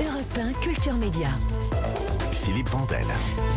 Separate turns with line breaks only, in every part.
Europe 1 Culture Média.
Philippe Vandel.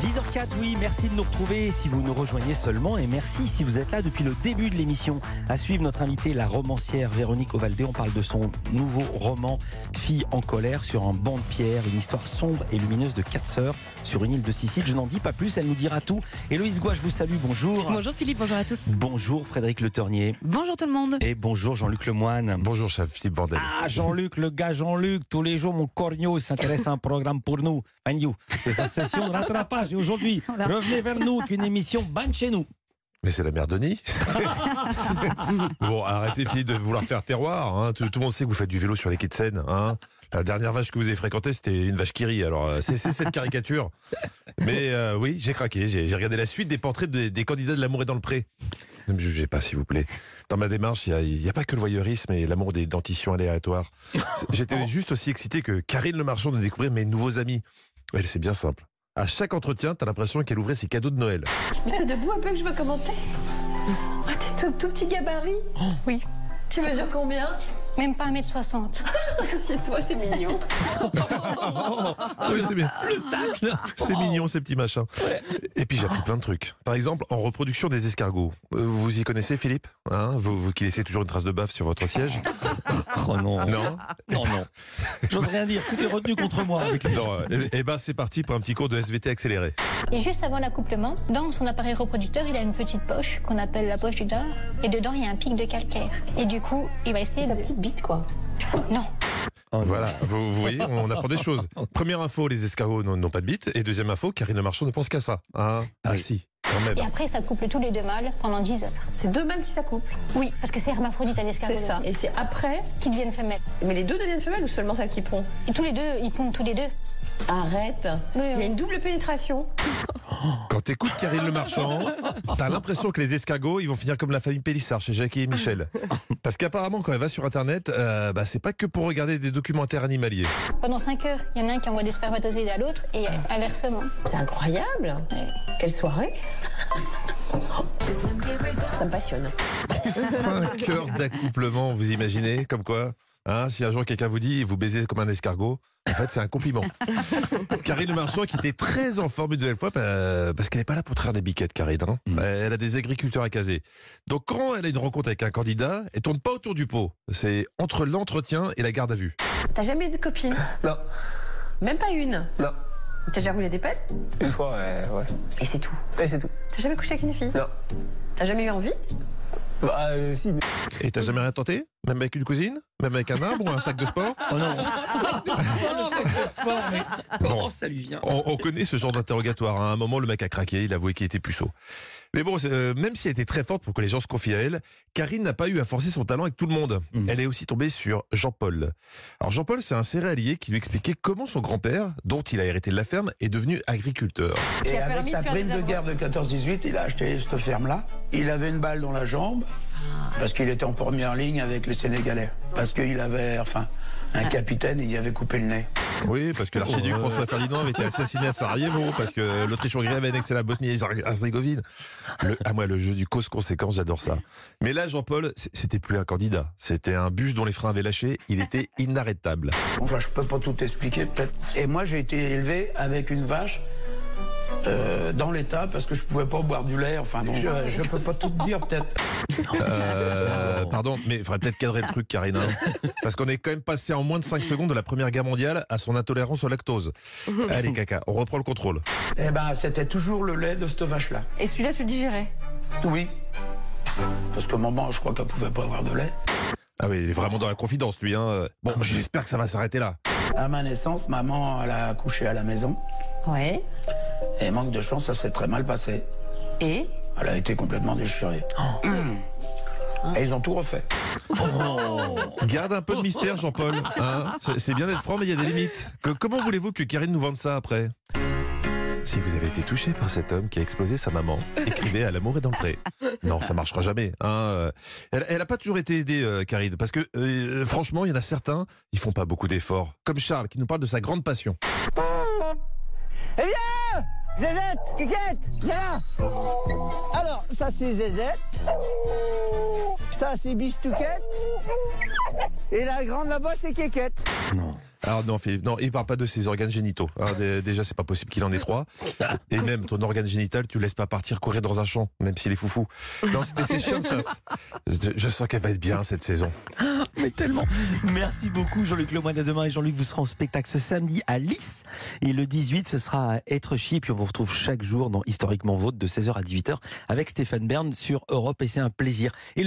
10h04, oui, merci de nous retrouver si vous nous rejoignez seulement et merci si vous êtes là depuis le début de l'émission. À suivre notre invitée, la romancière Véronique Ovaldé. On parle de son nouveau roman Fille en colère sur un banc de pierre, une histoire sombre et lumineuse de quatre sœurs sur une île de Sicile. Je n'en dis pas plus, elle nous dira tout. Héloïse Gouache, je vous salue, bonjour.
Bonjour Philippe, bonjour à tous.
Bonjour Frédéric Le Ternier
Bonjour tout le monde.
et bonjour Jean-Luc Lemoine.
Bonjour, chef Philippe Vandel.
Ah, Jean-Luc, le gars Jean-Luc, tous les jours, mon corneau il s'intéresse à un programme pour nous. Mind you, c'est sa session de rattrapage. Et aujourd'hui, revenez vers nous qu'une émission ban chez nous.
Mais c'est la mère Denis. bon, arrêtez, Philippe, de vouloir faire terroir. hein. Tout, tout le monde sait que vous faites du vélo sur les quais de Seine. hein. La dernière vache que vous avez fréquentée, c'était une vache qui rit. Alors, euh, cessez cette caricature. Mais euh, oui, j'ai craqué. J'ai j'ai regardé la suite des portraits des, des candidats de l'amour et dans le pré. Ne me jugez pas, s'il vous plaît. Dans ma démarche, il n'y a, pas que le voyeurisme et l'amour des dentitions aléatoires. C'est- J'étais juste aussi excité que Karine Le Marchand de découvrir mes nouveaux amis. Elle, c'est bien simple. À chaque entretien, t'as l'impression qu'elle ouvrait ses cadeaux de Noël.
T'es debout un peu que je veux commenter Ah, t'es tout, tout petit gabarit
Oui,
Tu mesures combien
même pas 1m60.
C'est toi, c'est mignon.
Ah oui, c'est bien. Le tacle C'est mignon, ces petits machins. Et puis j'ai appris plein de trucs. Par exemple, en reproduction des escargots. Euh, Vous y connaissez, Philippe hein vous, vous qui laissez toujours une trace de baffe sur votre siège
Oh non.
Non
Non, non. J'ose rien dire. Tout est retenu contre moi. avec les-
Non, euh, Eh ben, c'est parti pour un petit cours de SVT accéléré.
Et juste avant l'accouplement, dans son appareil reproducteur, il a une petite poche qu'on appelle la poche du dard. Et dedans, il y a un pic de calcaire. Et du coup, il va essayer
Sa
de...
petite bite, quoi.
Non,
Oh non.
Voilà, vous, vous voyez, on apprend des choses. Première info, les escargots n'ont n'ont pas de bite. Et deuxième info, Karine Le Marchand ne pense qu'à ça. Hein ah
Oui.
si, quand même.
et après, ça couple tous les deux mâles pendant 10 heures.
C'est deux mâles qui s'accouplent.
Oui, parce que c'est hermaphrodite à l'escargot.
C'est ça. Et c'est après.
Qui deviennent femelles.
Mais les deux deviennent femelles ou seulement celle qui pond
Et tous les deux, ils pondent tous les deux.
Arrête
Oui,
Il y a
oui.
une double pénétration.
Quand t'écoutes Karine Le Marchand, t'as l'impression que les escargots, ils vont finir comme la famille Pélissard chez Jackie et Michel. Parce qu'apparemment, quand elle va sur Internet, euh, bah, c'est pas que pour regarder des documentaires animaliers.
Pendant 5 heures, il y en a un qui envoie des spermatozoïdes à l'autre et
Ah.
inversement.
C'est incroyable Quelle soirée Ça me passionne.
5 heures d'accouplement, vous imaginez Comme quoi Hein, si un jour quelqu'un vous dit vous baisez comme un escargot, en fait c'est un compliment. Karine Le Marchand qui était très en forme une nouvelle fois bah, parce qu'elle n'est pas là pour traire des biquettes, Karine. hein. Elle a des agriculteurs à caser. Donc quand elle a une rencontre avec un candidat, elle tourne pas autour du pot. C'est entre l'entretien et la garde à vue.
T'as jamais eu de copine
Non.
Même pas une
Non.
T'as déjà roulé des pelles
Une fois, euh, ouais.
Et c'est tout.
Et c'est tout.
T'as jamais couché avec une fille
Non.
T'as jamais eu envie
Bah, euh, si, mais.
Et t'as jamais rien tenté Même avec une cousine Même avec un arbre ou un sac de sport
Oh non. Oh, le sac de sport, mais comment ça lui vient
on, on connaît ce genre d'interrogatoire. hein. À un moment, le mec a craqué, il a avoué qu'il était puceau. Mais bon, c'est, euh, même si elle était très forte pour que les gens se confient à elle, Karine n'a pas eu à forcer son talent avec tout le monde. Elle est aussi tombée sur Jean-Paul. Alors Jean-Paul, c'est un céréalier qui lui expliquait comment son grand-père, dont il a hérité de la ferme, est devenu agriculteur.
Qui
Et
a
avec
permis de
sa
faire
prime
des
de guerre de 14-18, il a acheté cette ferme-là. Il avait une balle dans la jambe,
Ah.
parce qu'il était en première ligne avec les Sénégalais. Parce qu'il avait, enfin, un
Ah.
capitaine, il y avait coupé le nez.
Oui, parce que l'archiduc François Ferdinand avait été assassiné à Sarajevo, parce que l'Autriche-Hongrie avait annexé la Bosnie-Herzégovine. Le- Ah, moi, le jeu du cause-conséquence, j'adore ça. Mais là, Jean-Paul, c- c'était plus un candidat. C'était un bus dont les freins avaient lâché. Il était inarrêtable.
Enfin, je peux pas tout expliquer, peut-être. Et moi, j'ai été élevé avec une vache. euh, dans l'état parce que je pouvais pas boire du lait enfin bon, je, je peux pas tout te dire peut-être
Euh, pardon, mais il faudrait peut-être cadrer le truc, Karine. hein. Parce qu'on est quand même passé en moins de 5 secondes de la Première Guerre mondiale à son intolérance au lactose. Allez, caca, on reprend le contrôle.
Eh ben c'était toujours le lait de cette vache là
Et celui-là, tu le digérais
oui parce que maman je crois qu'elle pouvait pas avoir de lait
Ah oui, il est vraiment dans la confidence, lui. Hein. Bon, j'espère que ça va s'arrêter là.
À ma naissance, maman, elle a accouché à la maison.
Ouais.
Et manque de chance, ça s'est très mal passé.
Et
Elle a été complètement déchirée. Et ils ont tout refait.
Garde un peu de mystère, Jean-Paul. hein. C'est- c'est bien d'être franc, mais il y a des limites. Que- comment voulez-vous que Karine nous vende ça après si vous avez été touché par cet homme qui a explosé sa maman, écrivez à l'amour et dans le pré. Non, ça marchera jamais. hein. Euh, Elle, elle a pas toujours été aidée, euh, Karine, parce que euh, franchement, il y en a certains, ils font pas beaucoup d'efforts. Comme Charles, qui nous parle de sa grande passion.
Eh bien Zézette, Kikette, viens là Alors, ça c'est Zézette. Ça, c'est Bistouquette. Et la grande là-bas, c'est Kékette.
Alors Ah, non, Philippe, non, il parle pas de ses organes génitaux. Hein, dé- déjà, c'est pas possible qu'il en ait trois. Et même ton organe génital, tu laisses pas partir courir dans un champ, même s'il est foufou. Non, c'était ses chiens de chasse. Je, je sens qu'elle va être bien cette saison.
Mais tellement. Merci beaucoup Jean-Luc Lemoine à demain et Jean-Luc vous serez en spectacle ce samedi à Lys et le 18 ce sera à Être Chi puis on vous retrouve chaque jour dans Historiquement Vôtre de 16h à 18h avec Stéphane Bern sur Europe et c'est un plaisir. Et